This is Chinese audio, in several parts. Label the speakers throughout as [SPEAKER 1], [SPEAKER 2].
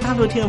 [SPEAKER 1] 大陆听众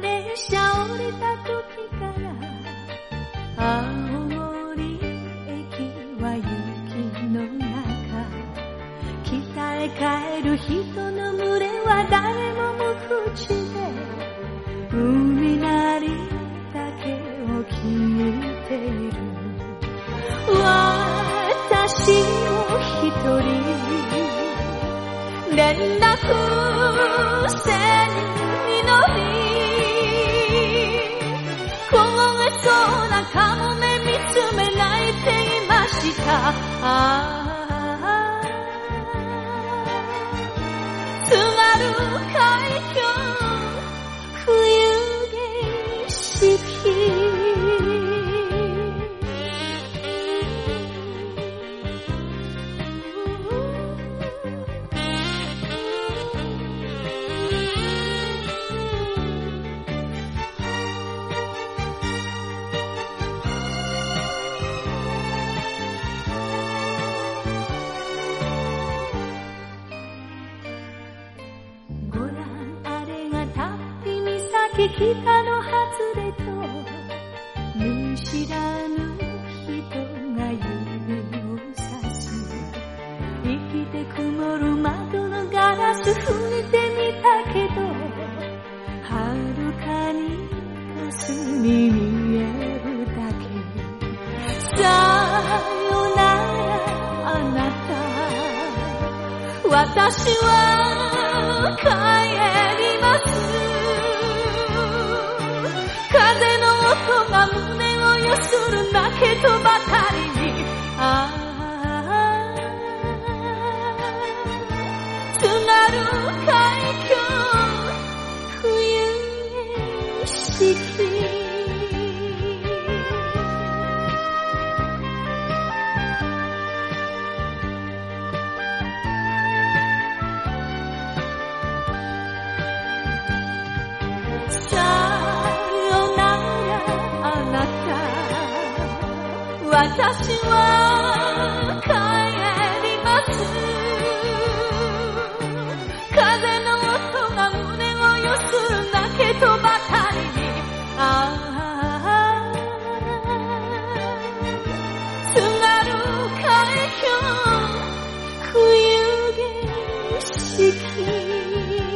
[SPEAKER 2] でしゃおれた時から青森駅は雪の中北へ帰る人の群れは誰も無口で海なりだけを聞いている私を一人連絡せに実り凍えそうなカモメ見つめ泣いていましたああ津軽海峡冬景色。ご覧あれが旅岬北の外れと見知らぬ人が夢を指す生きて曇る窓のガラス吹いてみたけど遥かに明日に見えるだけさよならあなた私は帰ります風の音が胸を揺する泣けとばかりにああ津軽海峡冬景色さよならあなた私は帰ります風の音が胸をよする泣けとばかりにああ津軽海峡冬景色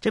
[SPEAKER 1] 这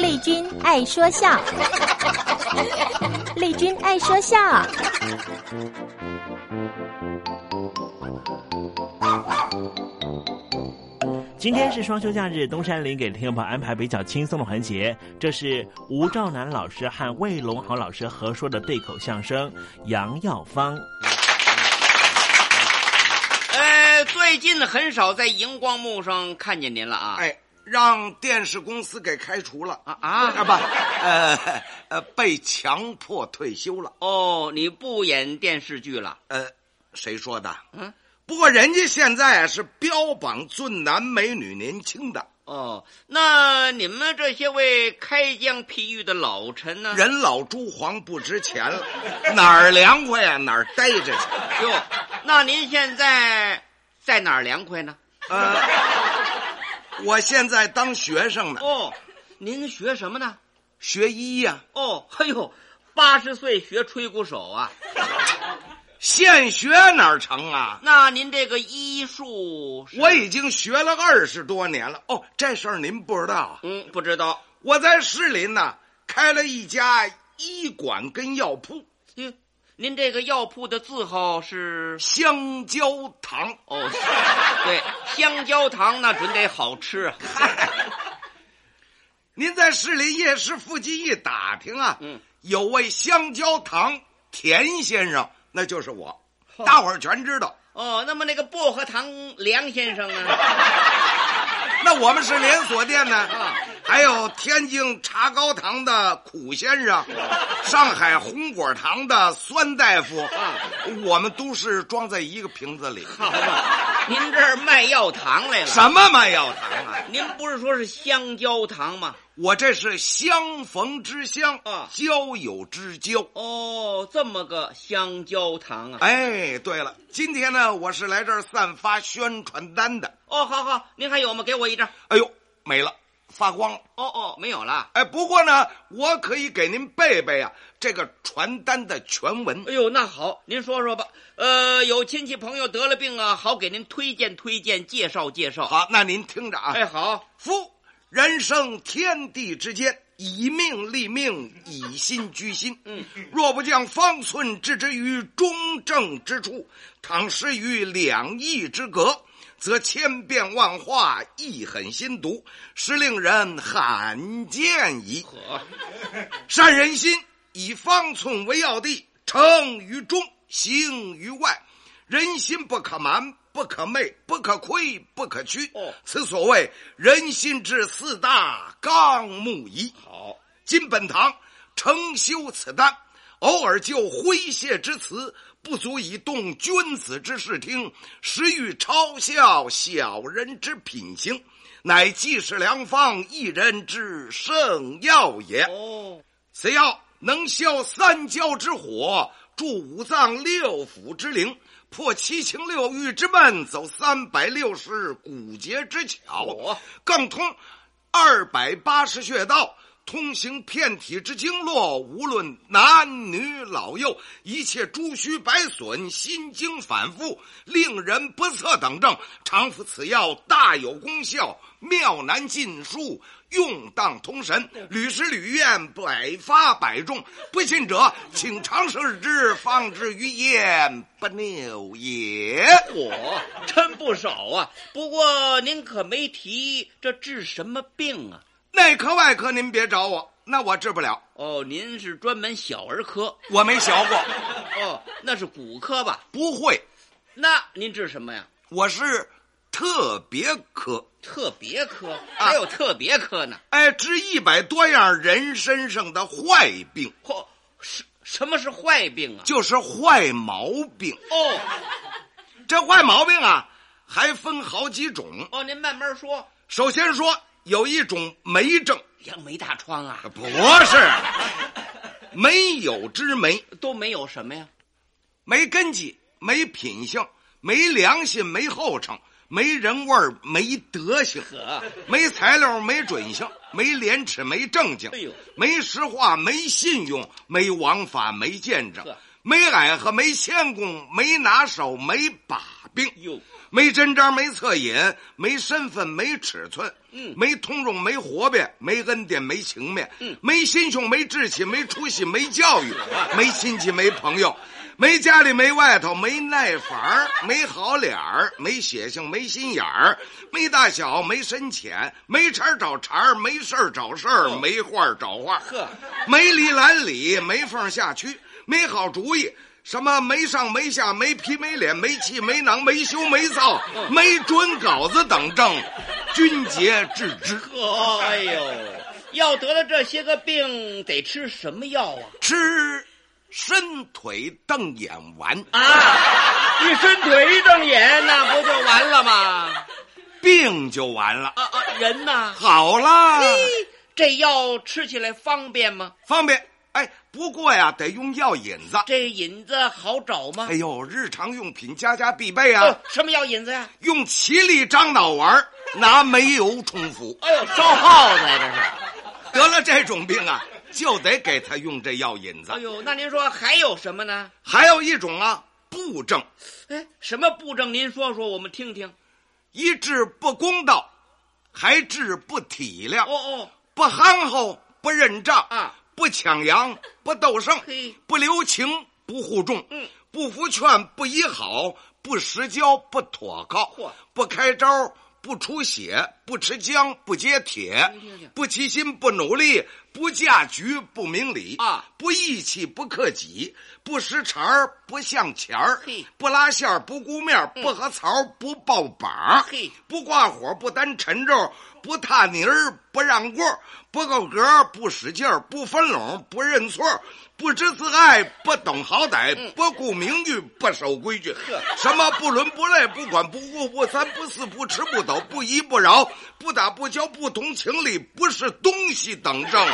[SPEAKER 3] 丽君爱说笑， 丽君爱说笑，
[SPEAKER 1] 今天是双休假日，东山林给听众朋友安排比较轻松的环节，这是吴兆南老师和魏龙豪老师合说的对口相声《杨耀芳》。
[SPEAKER 4] 呃，最近很少在荧光幕上看见您了啊。
[SPEAKER 5] 哎，让电视公司给开除了啊
[SPEAKER 4] 啊
[SPEAKER 5] 啊不，呃呃，被强迫退休了。
[SPEAKER 4] 哦，你不演电视剧了？
[SPEAKER 5] 呃，谁说的？
[SPEAKER 4] 嗯，
[SPEAKER 5] 不过人家现在啊是标榜俊男美女年轻的，
[SPEAKER 4] 哦，那你们这些位开疆辟域的老臣呢？
[SPEAKER 5] 人老珠黄不值钱 了，哪儿凉快呀、哪儿待着去。
[SPEAKER 4] 哟，那您现在在哪儿凉快呢？
[SPEAKER 5] 呃，我现在当学生呢。
[SPEAKER 4] 哦，您学什么呢？
[SPEAKER 5] 学医呀、
[SPEAKER 4] 哦，哎呦，八十岁学吹鼓手啊？
[SPEAKER 5] 现学哪儿成啊？
[SPEAKER 4] 那您这个医术是，
[SPEAKER 5] 我已经学了二十多年了。哦，这事儿您不知道？啊
[SPEAKER 4] 嗯不知道。
[SPEAKER 5] 我在市里呢开了一家医馆跟药铺，
[SPEAKER 4] 您您这个药铺的字号是？
[SPEAKER 5] 香蕉堂。
[SPEAKER 4] 哦，对，香蕉糖那准得好吃 啊。
[SPEAKER 5] 您在市里夜市附近一打听啊，
[SPEAKER 4] 嗯，
[SPEAKER 5] 有位香蕉堂田先生，那就是我，大伙儿全知道。
[SPEAKER 4] 哦，那么那个薄荷糖梁先生呢？
[SPEAKER 5] 那我们是连锁店呢
[SPEAKER 4] 啊，
[SPEAKER 5] 还有天津茶糕堂的苦先生，
[SPEAKER 4] 嗯
[SPEAKER 5] 上海红果堂的酸大夫，我们都是装在一个瓶子里。
[SPEAKER 4] 嗯好嘛，您这儿卖药糖来了？
[SPEAKER 5] 什么卖药堂啊？
[SPEAKER 4] 您不是说是香蕉糖吗？
[SPEAKER 5] 我这是相逢之相
[SPEAKER 4] 啊
[SPEAKER 5] 交友之交。
[SPEAKER 4] 哦，这么个香蕉糖啊！
[SPEAKER 5] 哎，对了，今天呢，我是来这儿散发宣传单的。
[SPEAKER 4] 哦，好好，您还有吗？给我一张。
[SPEAKER 5] 哎呦，没了，发光了。
[SPEAKER 4] 哦哦，没有了。
[SPEAKER 5] 哎，不过呢，我可以给您背背啊这个传单的全文
[SPEAKER 4] 哎。呦，那好，您说说吧。呃，有亲戚朋友得了病啊，好给您推荐推荐，介绍介绍。，
[SPEAKER 5] 好，那您听着啊。
[SPEAKER 4] 哎，好，
[SPEAKER 5] 夫人生天地之间，以命立命，以心居心。
[SPEAKER 4] 嗯，
[SPEAKER 5] 若不将方寸置之于中正之处，倘失于两翼之隔，则千变万化，一狠心毒，实令人罕见矣。
[SPEAKER 4] 可
[SPEAKER 5] 善人心，以方寸为要地，成于中，行于外。人心不可瞒，不可昧，不可亏，不可屈。
[SPEAKER 4] 哦
[SPEAKER 5] 此所谓人心之四大纲目矣。
[SPEAKER 4] 好，
[SPEAKER 5] 今本堂诚修此丹，偶尔就诙谐之词，不足以动君子之视听，实欲嘲笑小人之品行，乃济世良方，一人之圣药也。
[SPEAKER 4] 哦，
[SPEAKER 5] 此药能消三焦之火，助五脏六腑之灵，破七情六欲之闷，走三百六十骨节之巧
[SPEAKER 4] 哦，
[SPEAKER 5] 更通二百八十穴道。通行遍体之经络，无论男女老幼，一切诸虚百损、心经反复、令人不测等症，常服此药大有功效，妙难尽数，用当通神，屡试屡验，百发百中。不 信者，请尝试之，方知于焉不谬也。
[SPEAKER 4] 我真不少啊。不过您可没提这治什么病啊？
[SPEAKER 5] 内科外科您别找我，那我治不了，
[SPEAKER 4] 哦，您是专门小儿科。
[SPEAKER 5] 我没学 过，
[SPEAKER 4] 哦，那是骨科吧？
[SPEAKER 5] 不会，
[SPEAKER 4] 那您治什么呀？
[SPEAKER 5] 我是特别科。
[SPEAKER 4] 特别科，啊还有特别科呢？
[SPEAKER 5] 哎，治一百多样人身上的坏病，
[SPEAKER 4] 嚯、什什么是坏病啊？
[SPEAKER 5] 就是坏毛病。
[SPEAKER 4] 哦
[SPEAKER 5] 这坏毛病啊，还分好几种。
[SPEAKER 4] 哦，您慢慢说。
[SPEAKER 5] 首先说，有一种霉症，
[SPEAKER 4] 杨梅大疮啊，
[SPEAKER 5] 不是没有之霉，
[SPEAKER 4] 都没有什么呀？
[SPEAKER 5] 没根基，没品性，没良心，没后程，没人味儿，没德行，没材料，没准性，没廉耻，没正经
[SPEAKER 4] 哎呦，
[SPEAKER 5] 没实话，没信用，没王法，没见证
[SPEAKER 4] 呵，
[SPEAKER 5] 没矮和，没谦恭，没拿手，没把柄。
[SPEAKER 4] 哟，
[SPEAKER 5] 没针扎，没恻隐，没身份，没尺寸，
[SPEAKER 4] 嗯
[SPEAKER 5] 没通融，没活变，没恩典，没情面，
[SPEAKER 4] 嗯
[SPEAKER 5] 没心胸，没志气，没出息，没教 育，没亲戚，没朋友，没家里，没外头，没耐烦儿，没好脸儿，没血性，没心眼儿，没大小，没深浅，没茬儿找茬儿，没事儿找事儿，没话儿找话儿，
[SPEAKER 4] 哦呵
[SPEAKER 5] 没里懒理，没缝下去，没好主意，什么没上没下、没皮没脸、没气没囊、没羞没臊、
[SPEAKER 4] 哦
[SPEAKER 5] 没准稿子等症，均皆治之。
[SPEAKER 4] 呵，哎呦，要得了这些个病，得吃什么药啊？
[SPEAKER 5] 吃伸腿瞪眼丸，
[SPEAKER 4] 啊，一伸腿一瞪眼，那不就完了吗？
[SPEAKER 5] 病就完了。
[SPEAKER 4] 啊啊，人呢？
[SPEAKER 5] 好啦，
[SPEAKER 4] 这药吃起来方便吗？
[SPEAKER 5] 方便。哎，不过呀，得用药引子。
[SPEAKER 4] 这引子好找吗？
[SPEAKER 5] 哎呦，日常用品家家必备啊。
[SPEAKER 4] 哦、什么药引子呀、啊？
[SPEAKER 5] 用奇力樟脑丸拿煤油冲服。
[SPEAKER 4] 哎呦，烧耗子呀，这是。
[SPEAKER 5] 得了这种病啊，就得给他用这药引子。
[SPEAKER 4] 哎呦，那您说还有什么呢？
[SPEAKER 5] 还有一种啊，布症。
[SPEAKER 4] 哎，什么布症？您说说，我们听听。
[SPEAKER 5] 一治不公道，还治不体谅。
[SPEAKER 4] 哦哦，
[SPEAKER 5] 不憨厚，不认账
[SPEAKER 4] 啊。
[SPEAKER 5] 不抢 羊，不斗胜，不留情，不护众，
[SPEAKER 4] 嗯，
[SPEAKER 5] 不服劝，不依好，不实交，不妥靠，不开招，不出血，不吃姜，不接铁，不齐心，不努力，不嫁局，不明理
[SPEAKER 4] 啊，
[SPEAKER 5] 不义气，不克己，不识茬儿，不向前儿，不拉线儿，不顾面儿，不合槽，不抱板儿，不挂火，不担沉重。不踏泥儿，不让过，不够格，不使劲儿，不分拢，不认错，不知自爱，不懂好歹，不顾名誉，不守规矩，什么不伦不类，不管不顾，不三不四，不吃不抖，不依不饶，不打不交，不懂情理，不是东西等正，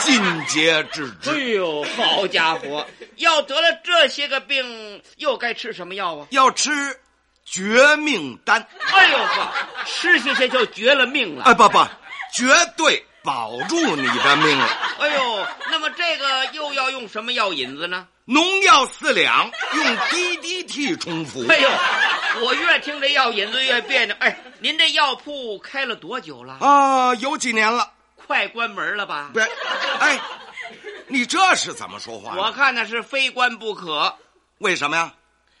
[SPEAKER 5] 尽皆治之。
[SPEAKER 4] 哎呦，好家伙，要得了这些个病，又该吃什么药啊？
[SPEAKER 5] 要吃。绝命丹！
[SPEAKER 4] 哎呦呵，吃下去就绝了命了！
[SPEAKER 5] 哎，不不，绝对保住你的命了！
[SPEAKER 4] 哎呦，那么这个又要用什么药引子呢？
[SPEAKER 5] 农药四两，用 DDT 冲服。
[SPEAKER 4] 哎呦，我越听这药引子越别扭。哎，您这药铺开了多久了？
[SPEAKER 5] 啊，有几年了，
[SPEAKER 4] 快关门了吧？
[SPEAKER 5] 别，哎，你这是怎么说话？
[SPEAKER 4] 我看那是非关不可。
[SPEAKER 5] 为什么呀？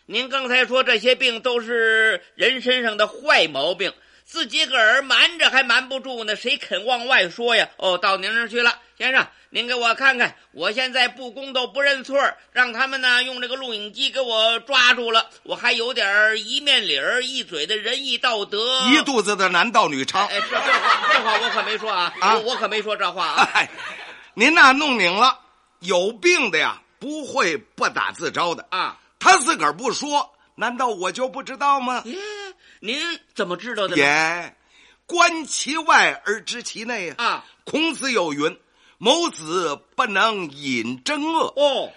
[SPEAKER 4] 您刚才说这些病都是人身上的坏毛病，自己个儿瞒着还瞒不住呢，谁肯往外说呀？哦，到您那儿去了，先生，您给我看看，我现在不公道不认错，让他们呢用这个录影机给我抓住了，我还有点一面理儿，一嘴的仁义道德，
[SPEAKER 5] 一肚子的男盗女娼。
[SPEAKER 4] 哎，这话这话我可没说啊，
[SPEAKER 5] 啊
[SPEAKER 4] 我我可没说这话啊。
[SPEAKER 5] 哎、您呐、弄拧了，有病的呀不会不打自招的
[SPEAKER 4] 啊。
[SPEAKER 5] 他自个儿不说，难道我就不知道吗？
[SPEAKER 4] 耶，您怎么知道的呢？
[SPEAKER 5] 也，观其外而知其内呀、
[SPEAKER 4] 啊，
[SPEAKER 5] 孔子有云：“谋子不能隐争恶。”
[SPEAKER 4] 哦，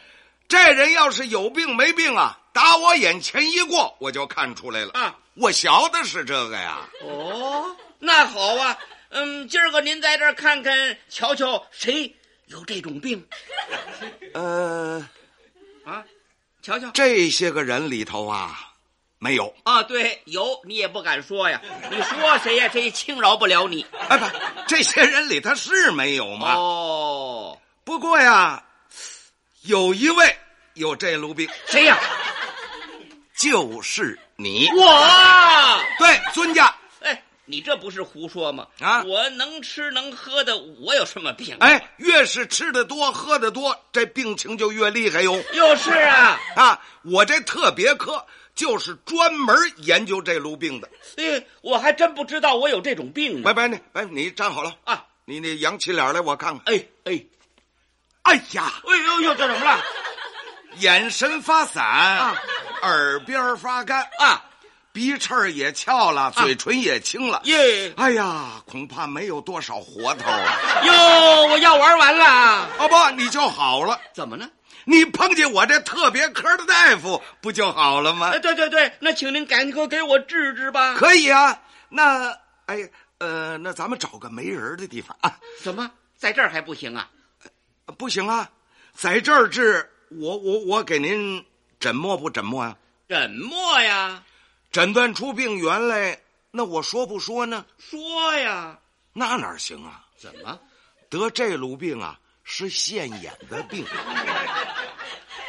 [SPEAKER 5] 这人要是有病没病啊，打我眼前一过，我就看出来了。
[SPEAKER 4] 啊，
[SPEAKER 5] 我学的是这个呀。
[SPEAKER 4] 哦，那好啊，嗯，今儿个您在这儿看看，瞧瞧谁有这种病
[SPEAKER 5] 呃，
[SPEAKER 4] 啊？瞧瞧
[SPEAKER 5] 这些个人里头啊，没有。
[SPEAKER 4] 啊，对，有你也不敢说呀，你说谁呀？谁轻饶不了你
[SPEAKER 5] 哎，不，这些人里他是没有吗？
[SPEAKER 4] 哦。
[SPEAKER 5] 不过呀，有一位有这路病，
[SPEAKER 4] 谁呀？
[SPEAKER 5] 就是你。
[SPEAKER 4] 我。啊
[SPEAKER 5] 对，尊家。
[SPEAKER 4] 哎，你这不是胡说吗？
[SPEAKER 5] 啊
[SPEAKER 4] 我能吃能喝的，我有什么病？，
[SPEAKER 5] 哎，越是吃的多，喝的多，这病情就越厉害哟。
[SPEAKER 4] 就是啊。
[SPEAKER 5] 啊，我这特别科就是专门研究这路病的。
[SPEAKER 4] 哎，我还真不知道我有这种病
[SPEAKER 5] 拜
[SPEAKER 4] 呢。
[SPEAKER 5] 拜，你拜，你站好了
[SPEAKER 4] 啊！
[SPEAKER 5] 你那扬起脸来，我看看。
[SPEAKER 4] 哎哎
[SPEAKER 5] 哎呀，
[SPEAKER 4] 哎呦呦，这怎么了？
[SPEAKER 5] 眼神发散，
[SPEAKER 4] 啊
[SPEAKER 5] 耳边发干，
[SPEAKER 4] 啊，
[SPEAKER 5] 鼻翅儿也翘了，嘴唇也青了。
[SPEAKER 4] 耶！
[SPEAKER 5] 哎呀，恐怕没有多少活头啊！
[SPEAKER 4] 哟，我药丸完了，
[SPEAKER 5] 要不你就好了，
[SPEAKER 4] 怎么呢？
[SPEAKER 5] 你碰见我这特别科的大夫不就好了吗
[SPEAKER 4] 哎，？对对对，那请您赶快给我治治吧。
[SPEAKER 5] 可以啊，那哎呃，那咱们找个没人儿的地方啊。
[SPEAKER 4] 怎么在这儿还不行啊？
[SPEAKER 5] 不行啊，在这儿治，我我我给您诊末不诊末呀、
[SPEAKER 4] 怎么呀？
[SPEAKER 5] 诊断出病源来，那我说不说呢？
[SPEAKER 4] 说呀？
[SPEAKER 5] 那哪儿行啊？
[SPEAKER 4] 怎么？
[SPEAKER 5] 得这炉病啊，是现眼的病，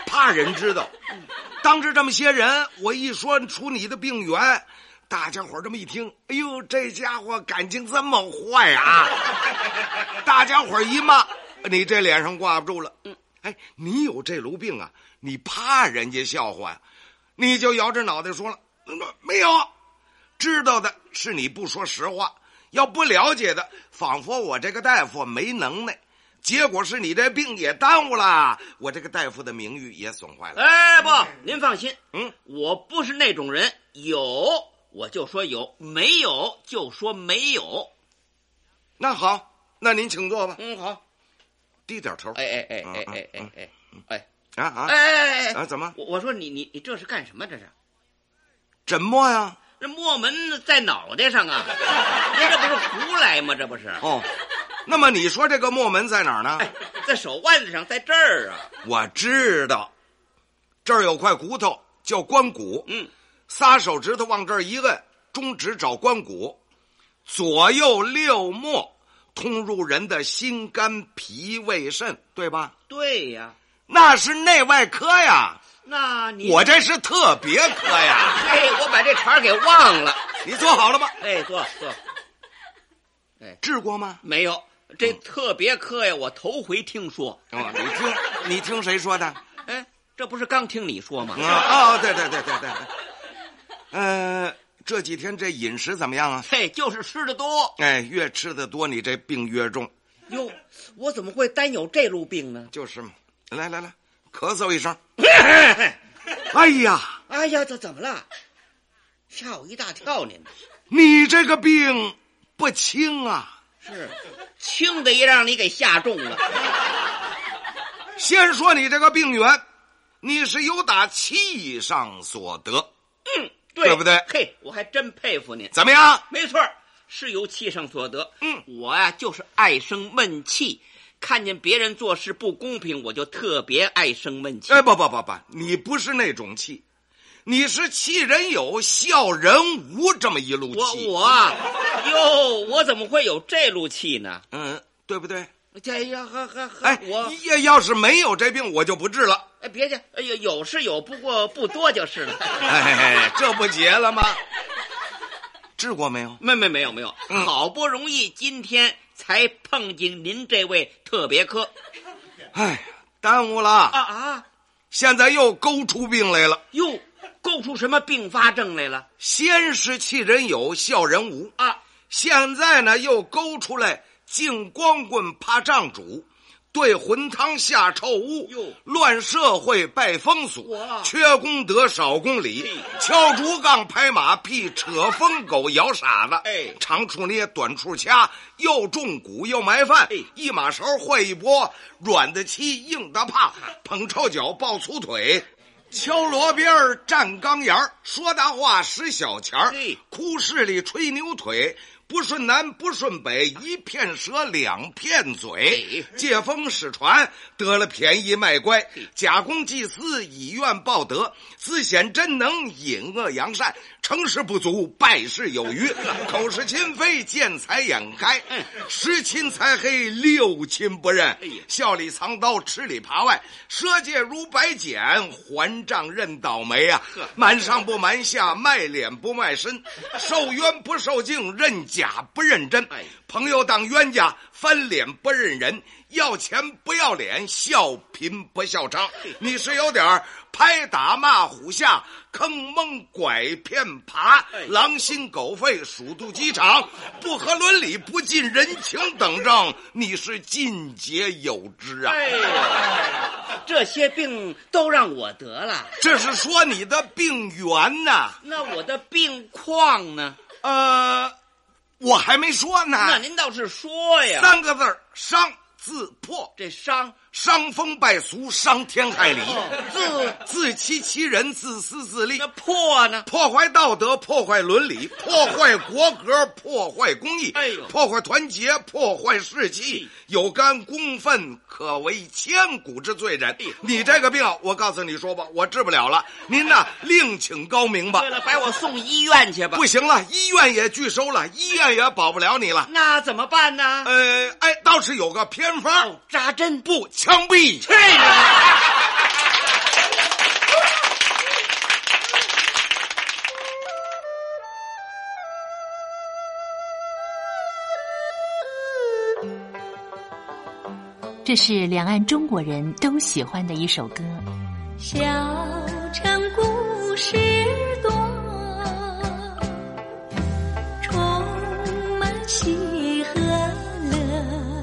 [SPEAKER 5] 怕人知道。 当着这么些人，我一说出你的病源，大家伙儿这么一听，哎呦，这家伙感情这么坏啊！大家伙儿一骂，你这脸上挂不住了。哎，你有这炉病啊，你怕人家笑话呀、你就摇着脑袋说了，嗯没有。知道的是你不说实话，要不了解的，仿佛我这个大夫没能耐，结果是你这病也耽误了，我这个大夫的名誉也损坏了。
[SPEAKER 4] 哎，不，您放心，
[SPEAKER 5] 嗯，
[SPEAKER 4] 我不是那种人，有
[SPEAKER 1] 我就说有；没有就说没有。
[SPEAKER 5] 那好，那您请坐吧。
[SPEAKER 1] 嗯，好，
[SPEAKER 5] 低点头。嗯
[SPEAKER 1] 哎哎哎哎哎哎哎哎
[SPEAKER 5] 啊啊！
[SPEAKER 1] 哎哎哎
[SPEAKER 5] 啊！怎么？
[SPEAKER 1] 我我说你你你这是干什么？这是
[SPEAKER 5] 怎 么呀？
[SPEAKER 1] 这墨门在脑袋上啊！您这不是胡来吗？这不是
[SPEAKER 5] 哦。那么你说这个墨门在哪儿呢？
[SPEAKER 1] 哎，在手腕子上，在这儿啊。
[SPEAKER 5] 我知道，这儿有块骨头叫关骨。
[SPEAKER 1] 嗯，
[SPEAKER 5] 仨手指头往这儿一摁，中指找关骨，左右六末通入人的心肝脾胃肾，对吧？
[SPEAKER 1] 对呀，
[SPEAKER 5] 那是内外科呀。
[SPEAKER 1] 那你
[SPEAKER 5] 我这是特别科呀。
[SPEAKER 1] 哎，我把这茬给忘了。
[SPEAKER 5] 你坐好了吧？
[SPEAKER 1] 哎，坐坐。哎，
[SPEAKER 5] 治过吗？
[SPEAKER 1] 没有。这特别课呀，我头回听说。
[SPEAKER 5] 哦，你听，你听谁 说的？
[SPEAKER 1] 哎，这不是刚听你说吗？
[SPEAKER 5] 啊啊、哦，对对对对对。呃，这几天这饮食怎么样啊？
[SPEAKER 1] 嘿，就是吃的多。
[SPEAKER 5] 哎，越吃的多，你这病越重。
[SPEAKER 1] 哟，我怎么会单有这路病呢？
[SPEAKER 5] 就是嘛。来来来，咳嗽一声。
[SPEAKER 1] 哎
[SPEAKER 5] 呀，
[SPEAKER 1] 哎呀，这怎么了？吓我一大跳！您，
[SPEAKER 5] 你这个病不轻啊。
[SPEAKER 1] 是，轻的也让你给吓中了。
[SPEAKER 5] 先说你这个病源，你是由打气上所得。
[SPEAKER 1] 嗯，
[SPEAKER 5] 对不对？
[SPEAKER 1] 嘿，我还真佩服您。
[SPEAKER 5] 怎么样？
[SPEAKER 1] 没错，是由气上所得。
[SPEAKER 5] 嗯，
[SPEAKER 1] 我呀、啊、就是爱生闷气，看见别人做事不公平，我就特别爱生闷气。
[SPEAKER 5] 哎，不不不不，你不是那种气。你是气人有笑人无这么一路气，
[SPEAKER 1] 我 我哟，我怎么会有这路气呢？
[SPEAKER 5] 嗯，对不对？
[SPEAKER 1] 哎呀，还还
[SPEAKER 5] 哎，
[SPEAKER 1] 我
[SPEAKER 5] 要要是没有这病，我就不治了。
[SPEAKER 1] 哎，别介，哎有有是有，不过不多就是了。
[SPEAKER 5] 哎，这不结了吗？治过没有？
[SPEAKER 1] 没没没有没有，
[SPEAKER 5] 嗯
[SPEAKER 1] 好不容易今天才碰见您这位特别科。
[SPEAKER 5] 哎，耽误了啊
[SPEAKER 1] 啊！
[SPEAKER 5] 现在又勾出病来了
[SPEAKER 1] 哟。勾出什么并发症来了？
[SPEAKER 5] 先是气人有，笑人无
[SPEAKER 1] 啊！
[SPEAKER 5] 现在呢，又勾出来进光棍怕丈主，对混汤下臭屋，乱社会拜风俗，缺功德少公理，敲竹杠拍马屁，扯疯狗摇傻子，
[SPEAKER 1] 哎，
[SPEAKER 5] 长处捏短处掐，又中蛊又埋饭，
[SPEAKER 1] 哎、
[SPEAKER 5] 一马勺会一波，软的欺硬的
[SPEAKER 1] 啊
[SPEAKER 5] 怕，捧臭脚抱粗腿。敲锣边儿站钢沿儿，说大话使小钱儿，哭市里吹牛腿，不顺南不顺北，一片舌两片嘴，借风使船得了便宜卖乖，假公济私以怨报德，自显真能引恶扬善，成事不足败事有余，口是心非见财眼开，十亲才黑六亲不认，笑里藏刀吃里扒外，赊借如白捡还。账认倒霉啊！瞒上不瞒下，卖脸不卖身，受冤不受敬，认假不认真。朋友当冤家，翻脸不认人，要钱不要脸，笑贫不笑娼。你是有点拍打骂虎下，坑蒙拐骗爬，狼心狗肺鼠肚鸡肠，不合伦理，不近人情等症，你是尽皆有之啊！
[SPEAKER 1] 哎呀，这些病都让我得。得了，
[SPEAKER 5] 这是说你的病源呐。
[SPEAKER 1] 那我的病况呢？
[SPEAKER 5] 呃，我还没说呢。
[SPEAKER 1] 那您倒是说呀。
[SPEAKER 5] 三个字儿：伤自破。
[SPEAKER 1] 这伤，
[SPEAKER 5] 伤风败俗，伤天害理，
[SPEAKER 1] 哦、
[SPEAKER 5] 自自欺欺人，自私自利。
[SPEAKER 1] 那破呢？
[SPEAKER 5] 破坏道德，破坏伦 理，破坏国格，破坏公益，
[SPEAKER 1] 哎、
[SPEAKER 5] 破坏团结，破坏士气。有干公愤，可为千古之罪
[SPEAKER 1] 哎
[SPEAKER 5] 人。你这个病，我告诉你说吧，我治不了了。您呐，另请高明吧。
[SPEAKER 1] 对了，把我送医院去吧。
[SPEAKER 5] 不行了，医院也拒收了，医院也保不了你了。
[SPEAKER 1] 那怎么办呢？
[SPEAKER 5] 呃，哎，倒是有个偏方，
[SPEAKER 1] 哦、扎针
[SPEAKER 5] 不枪毙。
[SPEAKER 1] 去你！
[SPEAKER 6] 这是两岸中国人都喜欢的一首歌。
[SPEAKER 2] 小城故事多，充满喜和乐。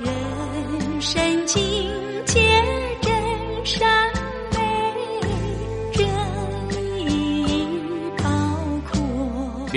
[SPEAKER 2] 人生境界真善美，这一靠阔。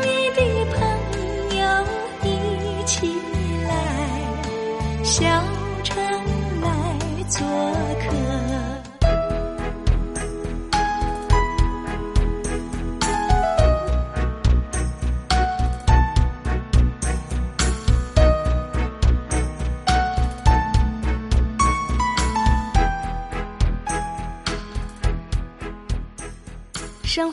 [SPEAKER 2] 密的朋友一起来，小城来做客。
[SPEAKER 7] 生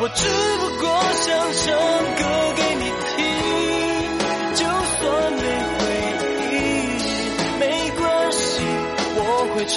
[SPEAKER 6] 我只不过想唱歌给你听，就算没回应，没关系，我会唱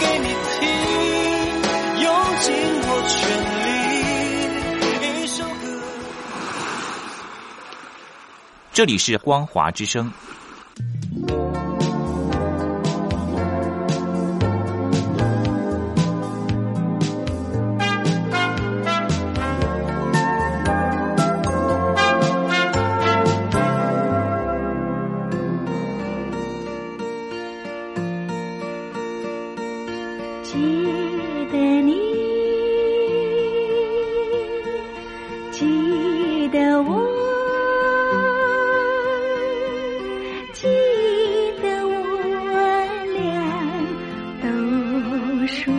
[SPEAKER 6] 给你听，用尽我全力。一首歌，
[SPEAKER 8] 这里是光华之声。
[SPEAKER 2] 记得你，记得我，记得我俩都说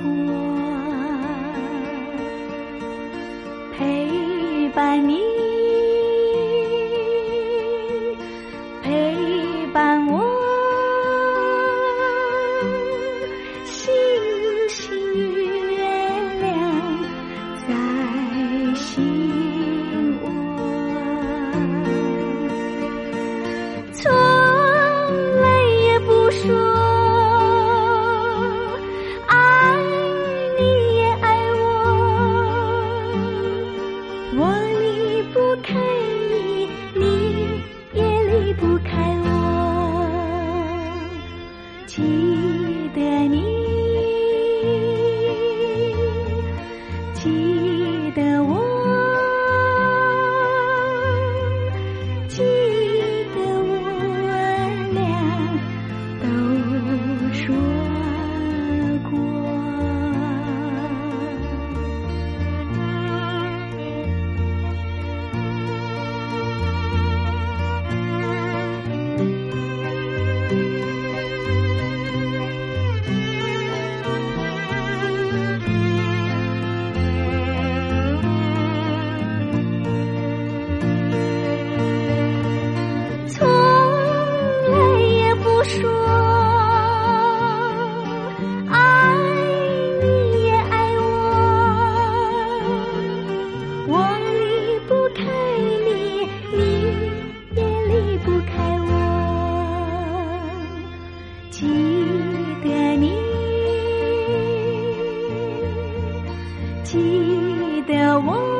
[SPEAKER 2] 过，陪伴你，陪伴我。星星月亮在心窝，从来也不说爱你也爱我，我离不开你，你也离不开我。记得你，记得我，记得我俩都说过。从来也不说爱你也爱我，我离不开你，你也离不开我。记得你，记得我。